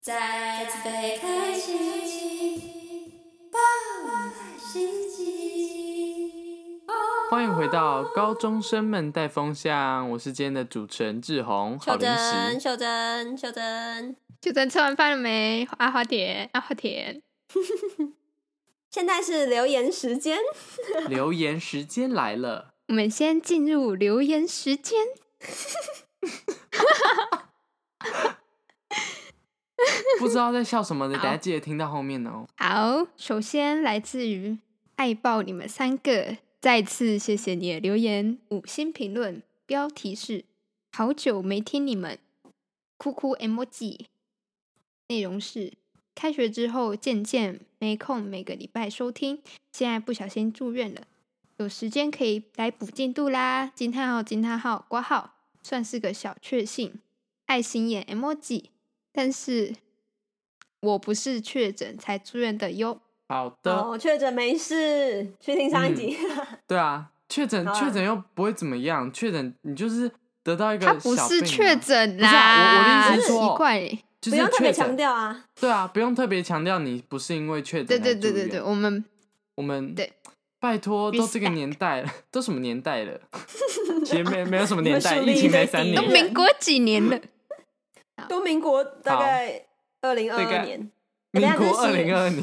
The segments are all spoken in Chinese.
再次被开启，爆满心机。欢迎回到高中生们带风向，我是今天的主持人志宏，好秀零珍，食。秀珍，秀珍，就咱吃完饭了没？阿华田，阿华田，现在是留言时间。留言时间 来了，我们先进入留言时间。不知道在笑什么的，等下记得听到后面哦。好，首先来自于爱爆你们三个，再次谢谢你的留言，五星评论，标题是“好久没听你们”，哭哭 emoji，内容是开学之后渐渐没空每个礼拜收听，现在不小心住院了，有时间可以来补进度啦！惊叹号惊叹号挂号，算是个小确幸，爱心眼 emoji，但是我不是确诊才住院的哟。好的，哦，确诊没事，去听上一集。 对啊，确诊好啊确诊又不会怎么样，确诊你就是得到一个他不小是病啊确，诊不是啊啦，我我的意思是说奇怪，不就是用特确别强诊，调啊，对啊，不用特别强调你不是因为确诊对才对对住对院对，我们我们对，拜托，都这个 Respect 年代了，都什么年代了？ 其实没没有什么年代，你们树立疫情才一堆三敌年都人，民国几年 了，都民国大概二零二大概二年，哎民等一国下二这是零二二年，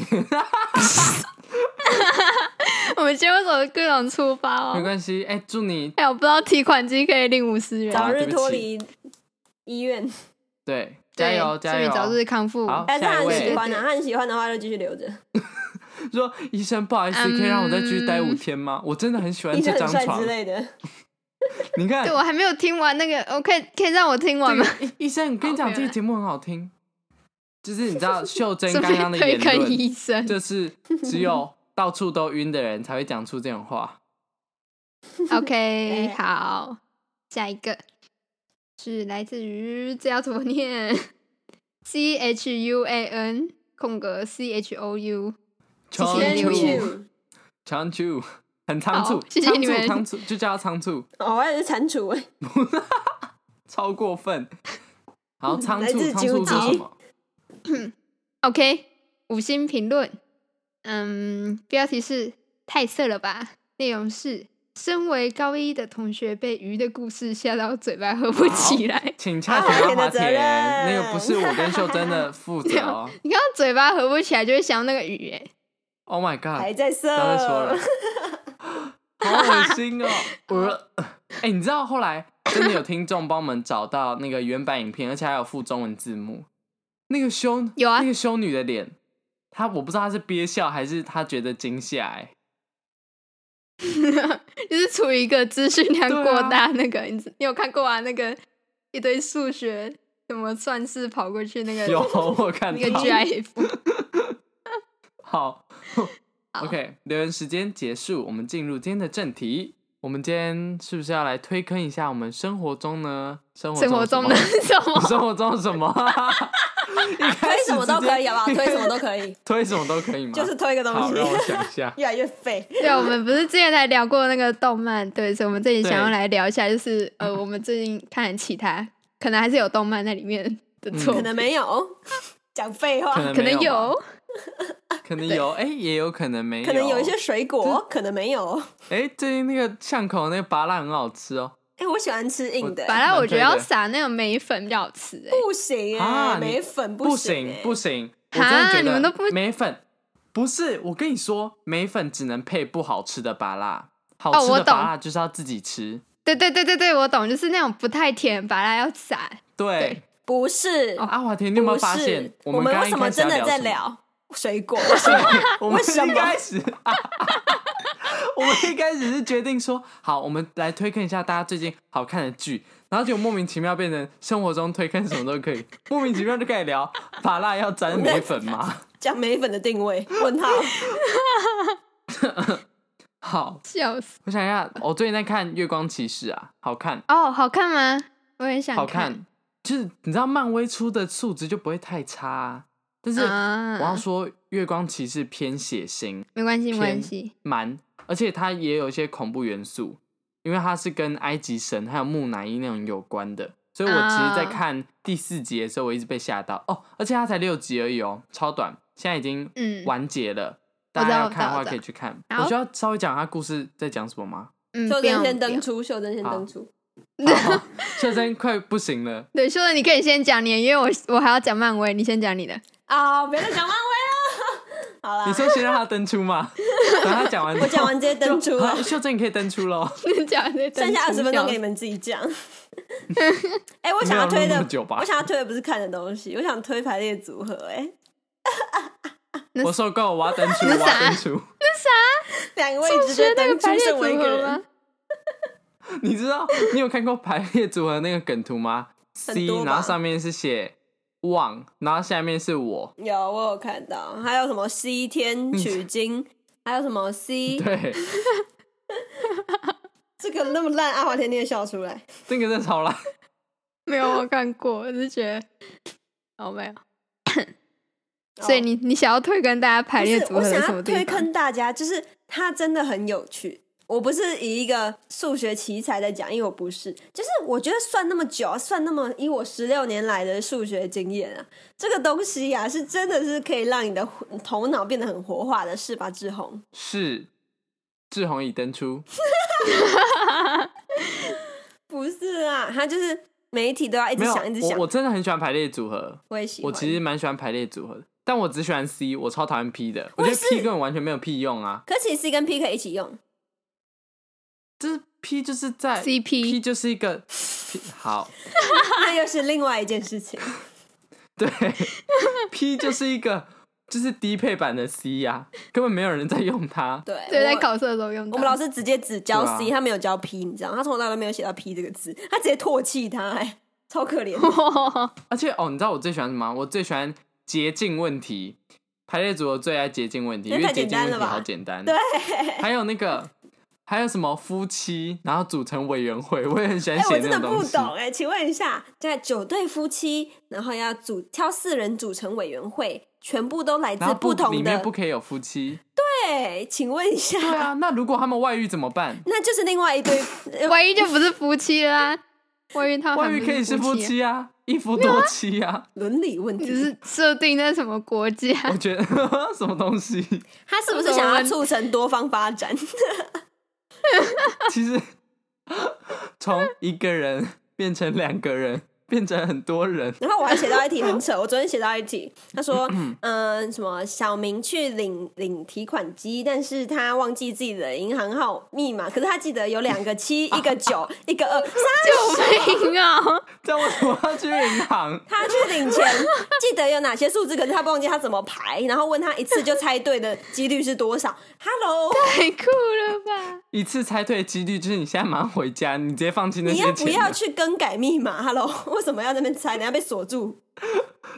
我们今天为什么各种出发没哦？关系。哎，祝你哎，我不知道提款机可以领五十元，早日对不起脱离医院。对，加对油加祝你油！早日康复。好但是他下一很位喜欢对对啊，对他很喜欢的话就继续留着。说医生，不好意思，可以让我再继续待五天吗？嗯我真的很喜欢医生很这张帅床之。类 的，你看对，，我还没有听完那个，我可以可以让我听完这个吗？医医生，我跟你讲，好这个节目很好听。就是你知道秀 珍顺刚便刚的推言坑论，医生就是只有到处都晕的人才会讲出这种话。 ？OK，哎好，下一个是来自于这要怎么念 ？C H U A N 空格 C H O U，长 谢谢你醋，们长醋，很仓促好，谢谢仓你促们仓促就叫他仓促，哦，我也是蟾蜍哎，超过分。好，仓来促，自仓纠促是集什么？ OK，五星评论。嗯，标题是“太色了吧”，内容是身为高一的同学被鱼的故事吓到嘴巴合不起来。请洽哦请阿华阿华田的责田，任那个不是我跟秀珍 的负责哦。你看到嘴巴合不起来，就会想到那个鱼、欸， Oh my 还 god！在色不。要再说了，好恶心 哦！我，哎，你知道后来真的有听众帮我们找到那个原版影片，而且还有附中文字幕。那个修有啊那个修女的脸，她我不知道她是憋笑还是她觉得惊吓，哎，就是处于一个资讯量对啊过大那个。你知你有看过啊？那个一堆数学什么算式跑过去那个有我看那个到。 GIF， 好，OK，留言时间结束，我们进入今天的正题。我们今天是不是要来推坑一下我们生活中呢？生活生活中中的什么什么？ 生活中 什么？一开推始什么都直接可以，好不好？推什么都可以， 推什么都可以吗？ 就是推一个东好，西。让。我想一下 越来越废， 对，我们不是之前才聊过那个动漫，对，所以我们这里想要对来聊一下，就是嗯呃，我们最近看的其他，可能还是有动漫在里面的嗯错，可能没有讲废话，可能可能没有吧有，可能有，哎、也有可能没有。可能有一些，水果，可能没有。哎、最近那个巷口那个拔辣很好吃哦。哎，我喜欢吃硬的，本来我觉得要对对撒那种眉粉比较好吃哎、不行啊哎，你眉粉行不行哎，不行，我真哈的觉得你们都不眉粉不是。我跟你说，眉粉只能配不好吃的芭辣，好哦吃我的懂芭辣就是要自己吃。哎对对对对对，我懂，就是那种不太甜，把它要撒，对啊对，不是，阿华田，你有没有不发是现，我刚们刚为一什么开始真要的在什么？聊水 果？我们为什么一开始， 我们一开始是决定说，好，我们来推坑一下大家最近好看的剧，然后就莫名其妙变成生活中推坑什么都可以，莫名其妙就开始聊芭辣要沾眉粉吗？ 讲眉粉的定位？问号？好，笑死！我想一下，我最近在看《月光骑士》啊，好看，哦，好看吗？我也想好看。就是你知道漫威出的数值就不会太差啊、但是我啊，要说《月光骑士》偏血腥，没关系没偏关系，蛮，而且它也有一些恐怖元素，因为它是跟埃及神还有木乃伊那种有关的，所以我其实，在啊看第四集的时候，我一直被吓到哦，而且它才六集而已哦，超短，现在已经嗯完结了。我大知家道我要知看道的我话知可以道去看。好我需要稍微讲它故事在讲什么吗？嗯，秀不用珍先不用登出，秀珍先登出。好秀珍快不行了，对，说的你可以先讲你的，因为我我还要讲漫威，你先 讲你的。啊，别再讲漫威了。 好啦你，说先让他登出嘛，等他讲完之后，我讲完直接登出就了好秀珍你可以登出喽，讲的剩下二十分钟给你 们。们自己讲。哎、我想要推没有那的么久吧，我想要推的不是看的东西，我想推排列组合、哎我受够，我要登出，那我啥要登出。哎，两位中直学接那登个出排列剩组我一个合人吗？？你知道你有看过排列组合那个梗图吗？C，很多吧然后上面是写望，然后下面是我，有，我有看到，还有什么西天取经，还有什么 C，嗯对，这个那么烂，阿华田你也笑出来。这个真的超烂。 没有，我看过，我只是觉得哦没有。所以哦你你想要推跟大家排列不是组合我的想什么要地推方？坑大家，就是它真的很有趣。我不是以一个数学奇才在讲，因为我不是，就是我觉得算那么久，啊算那么以我十六年来的数学经验啊，这个东西呀、是真的是可以让你的头脑变得很活化的，是吧，志宏？是志宏已登出，不是啊，他就是每一题都要一直没有想，一直我想。我真的很喜欢排列组合，我也喜欢，我其实蛮喜欢排列组合的，但我只喜欢 C，我超讨厌 P 的，我我觉也得是 P 根本完全没有屁用啊，可其实 C 跟 P 可以一起 用，就是 P 就是在 CP P 就是一个 P 好。那又是另外一件事情。对，P 就是一个就是低配版的 C 呀、根本没有人在用它。对， 对，在我考试的时候用我到。们老师直接只教对啊 C，、他没有教 P，你知道吗，他从头到尾都没有写到 P 这个字，他直接唾弃他、哎，超可怜。 而且哦，你知道我最喜欢什么吗？我最喜欢捷径问题，排列组合最爱捷径问题，因因为为太捷简径问单了题吧好简单。对，还有那个还有什么夫妻，然后组成委员会，我也很喜欢哎、我写真那的种东不西。懂哎、请问一下，在九对夫妻，然后要组挑四人组成委员会，全部都来自然后不里同面的不可以有夫妻。对，请问一下，对啊，那如果他们外遇怎么办？那就是另外一呃对 外遇就不是夫妻啦，外遇他们外还遇不可以是夫夫，妻啊，一 夫多妻啊。伦理问只题。是设定在什么国家？我觉得 什么东西？他是不是想要促成多方发展？其实从一个人变成两个人，变成很多人，然后我还写到一题很 扯，我昨天写到一题，他说，嗯、什么小明去领领提款机，但是他忘记自己的银行号密码，可是他记得有两个 七，一个九，一个二，救命啊！这样为什么要去银行？他去领钱，记得有哪些数字，可是他忘记他怎么排，然后问他一次就猜对的几率是多 少？Hello， 太酷了 吧！一次猜对的几率就是你现在马上回家，你直接放弃那你要些不钱啊要了。去更改密码？Hello，为 什么要在那边猜？你要被锁 住？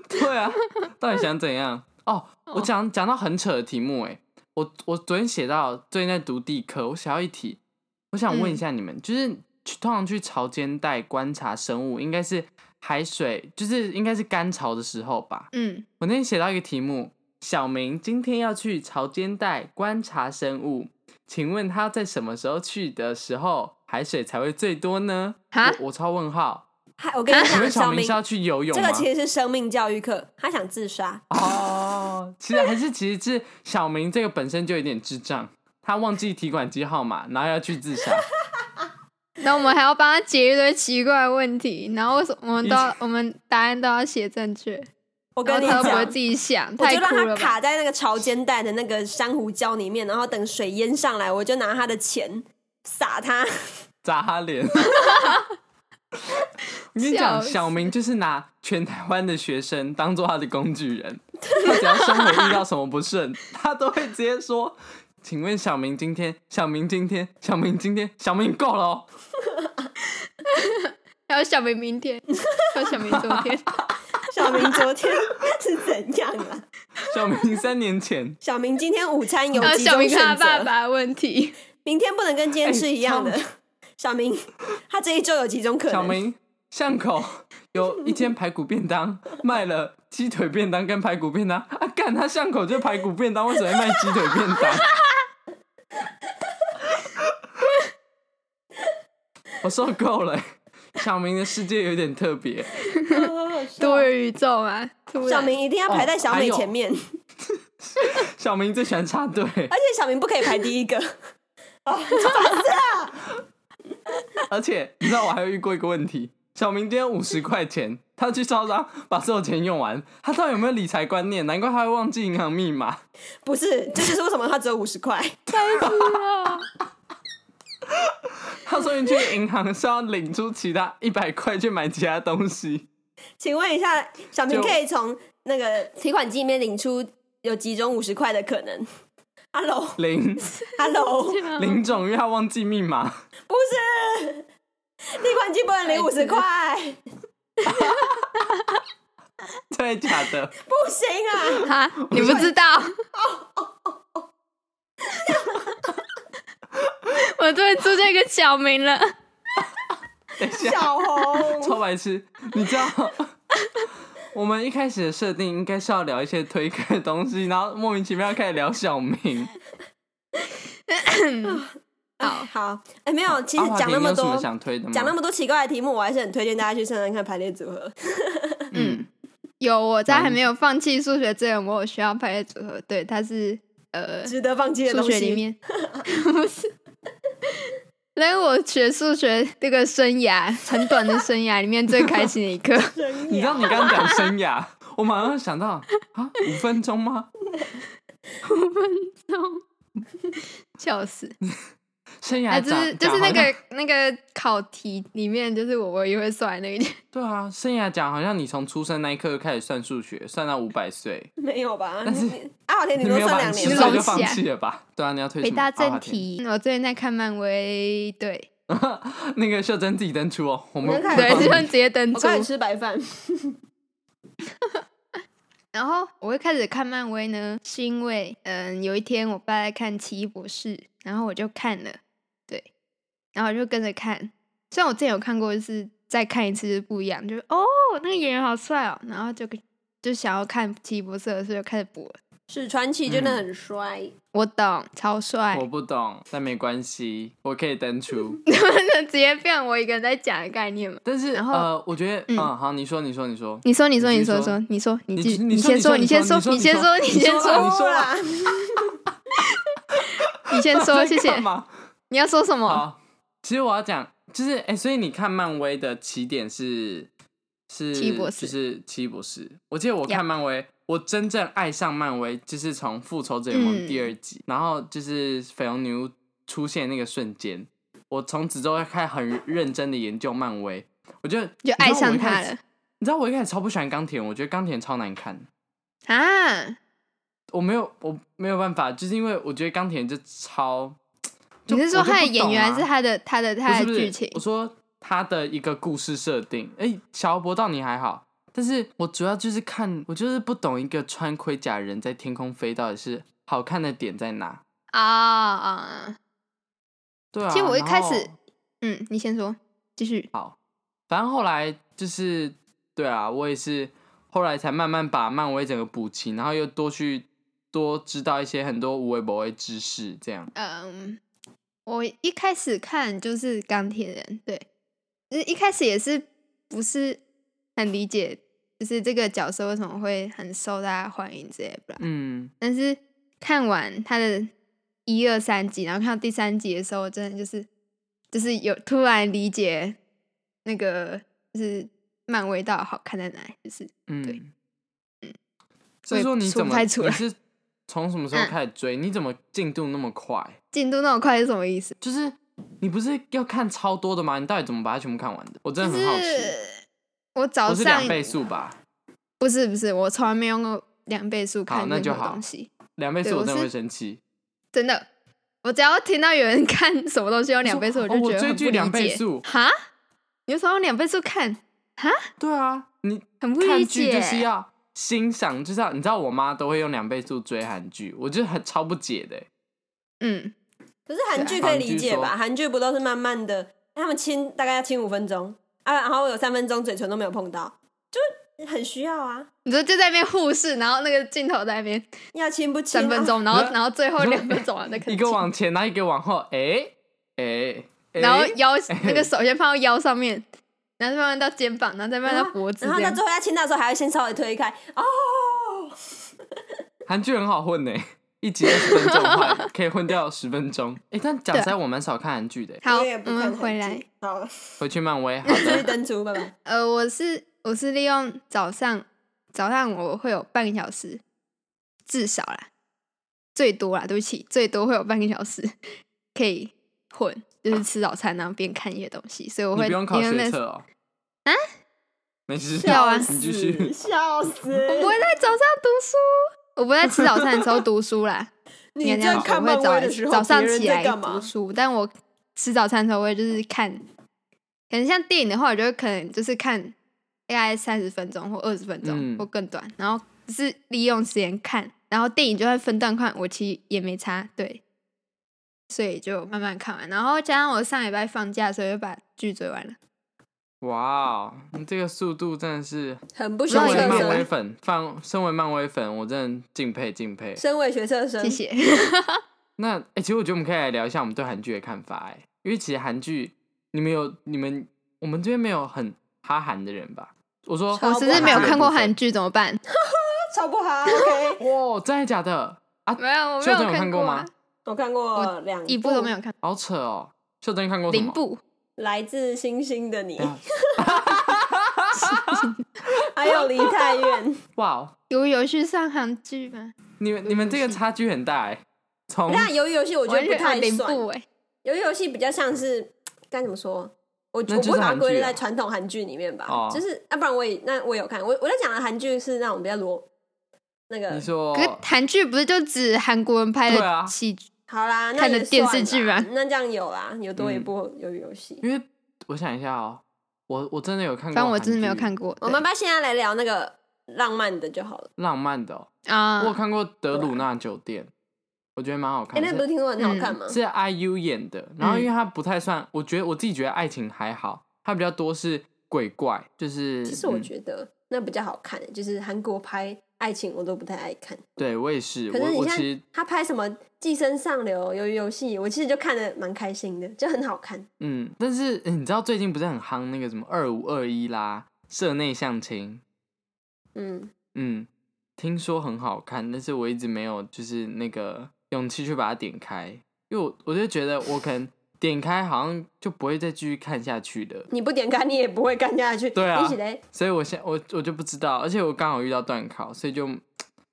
对啊，到底想怎样？哦，我讲讲到很扯的题目哎，我我昨天写到最近在读地科，我想要一题，我想嗯问一下你们，就是去通常去潮间带观察生物，应该是海水，就是应该是干潮的时候吧？嗯，我那天写到一个题目：小明今天要去潮间带观察生物，请问他在什么时候去的时候海水才会最多呢？哈我我超问号。嗨，我跟你请讲，问小小明明是要去游泳这吗个？其实是生命教育课，他想自杀。哦，其实还是其实是小明这个本身就有点智障，他忘记提款机号码，然后要去自杀。那我们还要帮他解一堆奇怪的问题，然后为什么我们都以要我们答案都要写正确，我跟然你后他哦讲，都不会自己想，我太就让酷它了吧！卡在那个潮间带的那个珊瑚礁里面，然后等水淹上来，我就拿它的钱撒它。 砸他脸。我跟你笑讲，死小明就是拿全台湾的学生当做他的工具人，他只要生活遇到什么不顺， 他都会直接说：“请问小明今天，小明今天，小明今天，小明够了、哦。还有小明明天，还有小明昨天，小明昨天 是怎样啊？”小明三年前小明今天午餐有还有几呃小种明跟他选爸择？爸的问 题，明天不能跟今天吃一样的哎。 小明，他这一周有几种可能？小 明巷口有一间排骨便当，卖了鸡腿便当跟排骨便当。啊，干他巷口就排骨便当，为什么会卖鸡腿便当？ 我受够了欸、小明的世界有点特别。多元宇宙嘛，突然小明一定要排在小美哦还有前面，小明最喜欢插队，而且小明不可以排第一个。 哦而且你知道我还有遇过一个问题：小明今天五十块钱，他去超商把所有钱用完，他到底有没有理财观念？难怪他会忘记银行密码。不是，这就是为什么他只有五十块。哦他说你去银行是要领出其他一百块去买其他东西。请问一下，小明就可以从那个提款机里面领出有几种五十块的可能？Hello，Hello， 零 零种，因为他忘记密码。 不是，提款机不能领五十 块，真的假 的？不行啊！哈，你不 知道？我突然出现一个小明了，等一 下，啊小红，超白痴！你知道， 我们一开始的设定应该是要聊一些推开的东西，然后莫名其妙开始聊小明。好好，哎，没有，其实阿华讲那田你有什多么，想推的吗？讲那么多奇怪的题目，我还是很推荐大家去上上看排列组合。嗯，有我在蛮还没有放弃数学之前，我有学到排列组合，对，它是呃值得放弃的数东西。学里面 不是。那是我学数学这个生涯很短的生涯里面最开心的一刻，真你呀，知道你刚刚讲生涯，我马上想到啊，五分钟吗？ 笑死！生啊，哎涯就讲、是就讲好是那像个那个考题里面，就是我唯一会算的那个，对啊，生涯讲好像你从出生那一刻开始算数学，算到五百岁，没有吧？但是你阿华田，你你都没有算把两你年十了，岁隆就起放来弃了吧？对啊，你要推北 什么？大阿华正田哎题，我最近在看漫威， 对那个秀珍自己登出哦，我们我就看不对，帮就你直接登我出。刚才吃白嗯饭。然后我会开始看漫威呢，是因为嗯，有一天我爸在看《奇异博士》，然后我就看了，对，然后我就跟着看。虽然我之前有看过，就是再看一次就不一样，就是哦，那个演员好帅哦，然后就就想要看《奇异博士》的时候就开始补了。是传奇真的嗯很帅，我懂，超帅我，不懂，但没关系，我可以登出。 直接变我一个人在讲的概念嘛。但是然后呃，我觉得嗯嗯，好，你说，你说，你说，你说，你说，你你继续说说，说，你说，你继续，你先说，你先说，你你先说，说，你先说啦，啊说，你说啦，你先 说，谢谢干。嘛你要说什么？好，其实我要讲，就是哎、诶所以你看漫威的起点是是奇异博就士是奇异博士。我记得我 Yup 看漫威我真正爱上漫威就是从《复仇者联盟》嗯第二集，然后就是绯红女巫出现那个瞬间，我从此之后开始很认真的研究漫威，我就就爱上他。你知道我一开了始你知道我一开始超不喜欢钢铁人，我觉得钢铁人超难看。啊！我没有，我没有办法，就是因为我觉得钢铁人就超，就你是说我就他的不演懂员，还啊是他的他的不他是的不剧是，情我？说他的一个故事设定，哎、小豪伯到你还好，但是我主要就是看，我就是不懂一个穿盔甲人在天空飞到底是好看的点在哪。啊啊！对啊，其实我一开始然后嗯，你先说，继续。反正后来就是，对啊，我也是后来才慢慢把漫威整个补齐，然后又多去多知道一些很多无微不微知识，这样。嗯，我一开始看就是钢铁人，对，就是一开始也是不是很理解，就是这个角色为什么会很受大家欢迎之类的。嗯，但是看完他的一二三集，然后看到第三集的时候，我真的就是就是有突然理解那个就是漫威到底好看在哪里，就是对嗯，我是也说你说怎不么太出你来是从什么时候嗯开始追？你怎么进度那么快？进度那么快是什么意思？就是你不是要看超多的吗？你到底怎么把它全部看完的？我真就的很好奇。是我早我是上两倍速吧，不是不是，我从来没用过两倍速好看那任就何好东西，两倍对速我我真的是会生气。真的。我只要听到有人 看什么东西用两倍速，说我哦就我觉得追很剧不理两倍解速。哈，你为什么用两倍速看？对啊，你很不看理剧解。就是要欣赏，就是要你知道我妈都会用两倍速追韩剧，我就很超不解的欸、嗯，可是韩剧可以理解吧？对啊韩剧不都是慢慢的，他们亲大概要亲五分钟啊，然后有三分钟嘴唇都没有碰到，就很需要啊，你说就在那边护士，然后那个镜头在那边要亲不亲、啊？三分，钟，然后你说然后最后两分钟啊，那一个往前，然后一个往后，哎、哎、哎然后腰哎那个手先放到腰上面，然后再慢慢到肩膀，然后再慢啊慢到脖子然这后到样。最后要亲到的时候，还要先稍微推开哦。韩剧很好混呢、一集二十分钟 快，可以混掉十分钟。哎、但啊讲实在，我蛮少看韩剧的、好，我也不我看们回来。， 好，回去漫 威，好注意的，登出，拜拜。呃，我是我是利用早上早上我会有半个小时，至少啦，最多啦，对不起，最多会有半个小时可以混，就是吃早餐然后边看一些东西，所以我你会不用考利用学那测哦、啊？没事，要啊你 继续。笑死！我不会在早上读书，我不会在吃早餐的时候读书啦。你这在样看我漫会早威的时候，早上别人起在来干读嘛？书，但我吃早餐的时候，我也就是看，可能像电影的话，我就会可能就是看大概三十分钟或二十分钟、嗯或更短，然后只是利用时间看，然后电影就会分段看，我其实也没差，对，所以就慢慢看完，然后加上我上礼拜放假，所以就把剧追完了。哇哦，你这个速度真的是，很不身像学要为有漫威生，粉，放身为漫威粉，我真的敬佩敬佩。身为学测生谢，谢，那哎、欸其实我觉得我们可以来聊一下我们对韩剧的看法哎、因为其实韩剧，你们有你们我们这边没有很哈韩的人吧？我说超我不哦只是没有好看过部分韩剧怎么办？超不好。OK，哇，哦真的假的？ 没有，我没秀珍有看看过过啊吗？我看过两一部都没有看，好扯哦！秀珍看过什零么？部。 来自星星的你等一》下，还有《梨泰院》。哇哦，有有去上韩剧吗？你们你们这个差距很大哎！从 啊那鱿鱼游戏我觉得不太零算，部哎、鱿鱼游戏比较像是该怎么说？我我那不就是会把它归类韩剧啊在传统韩剧里面吧，哦就是啊要、不然我也那我也有看，我我在讲的韩剧是那种比较罗那个你说可是韩剧不是就指韩国人拍哦对啊的戏剧？好啦，那看的也电算视剧啦吗那这样有啦，有多一嗯部鱿鱼游戏。因为我想一下哦，我我真的有看过，反正我真的没有看过过。我们把现在来聊那个浪漫的就好了。浪漫的哦，对啊嗯我，有看过《德鲁纳酒店》，我觉得蛮好哎、看那不是嗯的，听说很好看吗？是 IU 演的。然后因为它不太算，我觉得我自己觉得爱情还好，它比较多是鬼怪，就是其实我嗯觉得那比较好看、就是韩国拍爱情我都不太爱看。对我也是，可是我你我看其实他拍什么《寄生上流》鱿鱼游戏，我其实就看的蛮开心的，就很好看。嗯，但是欸你知道最近不是很夯那个什么二五二一啦，社内相亲，嗯，嗯，听说很好看，但是我一直没有就是那个勇气去把它点开，因为我我就觉得我可能点开好像就不会再继续看下去了，你不点开你也不会看下去。对啊一起来所以我现我我就不知道，而且我刚好遇到断考，所以就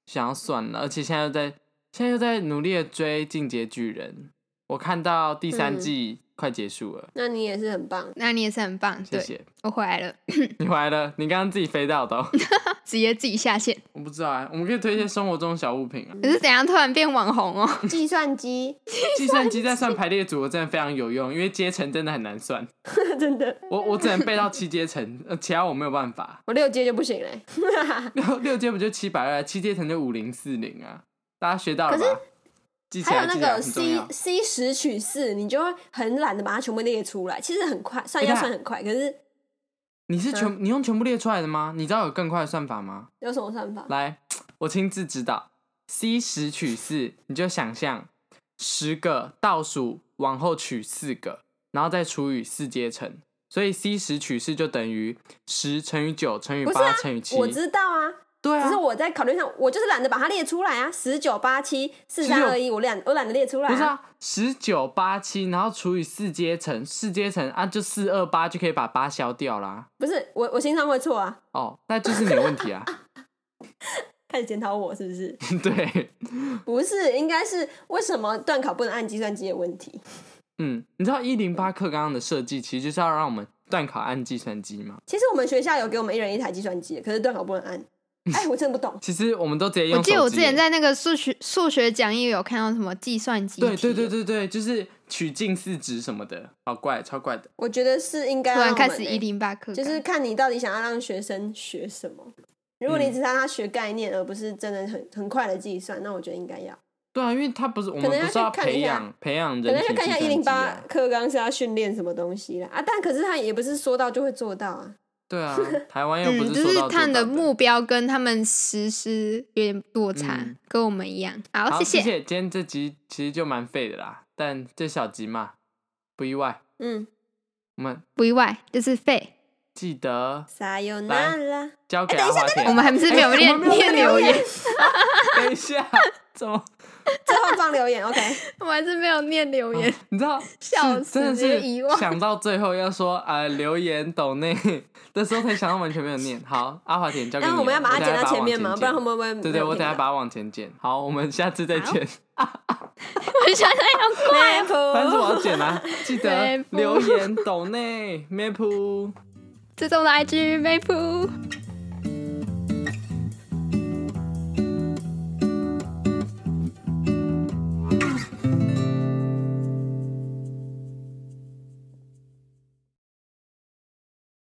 想要算了，而且现在又在现在又在努力的追《进阶巨人》，我看到第三嗯季快结束了，那你也是很棒。那你也是很棒。谢对，谢我回来了，你回来了，你刚刚自己飞到的哦、直接自己下线。 我不知道哎、我们可以推一些生活中的小物 品啊。可是怎样突然变网红哦？计算机 计算机在算排列组合真的非常有用，因为阶乘真的很难 算。真的，我我只能背到七阶乘，呃其他我没有办法。 我六阶就不行了欸、六六阶不就七百二，七阶乘就五零四零啊。大家学到了可是吧？记起还有来，那记起来个很重 C 要。 C 十取四，你就会很懒得把它全部列出来。其实很快，算哎要对啊算很快，可是你是全你用全部列出来的吗？你知道有更快的算法吗？有什么算法？来，我亲自指导。C 十取四，你就想象十个倒数往后取四个，然后再除以四阶乘，所以 C 十取四就等于十乘以九乘以不是啊八乘以七。我知道啊，对啊只是，我在考虑上，我就是懒得把它列出来啊。十九八七四三二一，我懒我懒得列出来、不是啊，十九八七，然后除以四阶乘，四阶乘啊就四二八就可以把八消掉啦。不是我我经常会错啊，哦，那就是你的问题啊。 开始检讨我是不是？对，不是，应该是为什么段考不能按计算机的问题？嗯，你知道一零八课刚刚的设计其实就是要让我们断考按计算机吗？其实我们学校有给我们一人一台计算机，可是段考不能按。嗯哎，我真的不懂。其实我们都直接用我手记机耶。得我之前在那个数学数学讲义有看到什么计算机，对对对，对对，就是取近似值什么的，好怪，超怪的。我觉得是应该突让我们然开始欸一零八课纲，就是看你到底想要让学生学什么。如果你嗯只是让他学概念，而不是真的很很快的计算，那我觉得应该要。对啊，因为它不是我们能要不是要去看一培下养培养可人能体要看一下一计零算机八啊。课纲是要训练什么东西啦啊，但可是他也不是说到就会做到啊。对啊，台湾又不嗯，就说是到他做们的到目标跟他们实施有点落差，嗯跟我们一样。好，好，谢谢。今天这集其实就蛮废的啦，但这小集嘛，不意外。嗯，我们不意外，就是废。记得撒有那拉，交给阿华田。我 们还不是没有哎 我念们 没有念留言，等一下，怎么？最后放留言，OK？ 我还是没有念留言。你知道，笑是死真的直接遗是忘想到最后要说呃留言抖内的时候，才想到完全没有念。好，阿华田交给你但了。我们要把它等剪下到前面往嘛，剪不然会不会？对对，我等下把它往前剪。好，我们下次再见。 我想要挂。麦反正我要普，剪啦，记得 Map 留言抖内 map。自动的 IG 妹夫。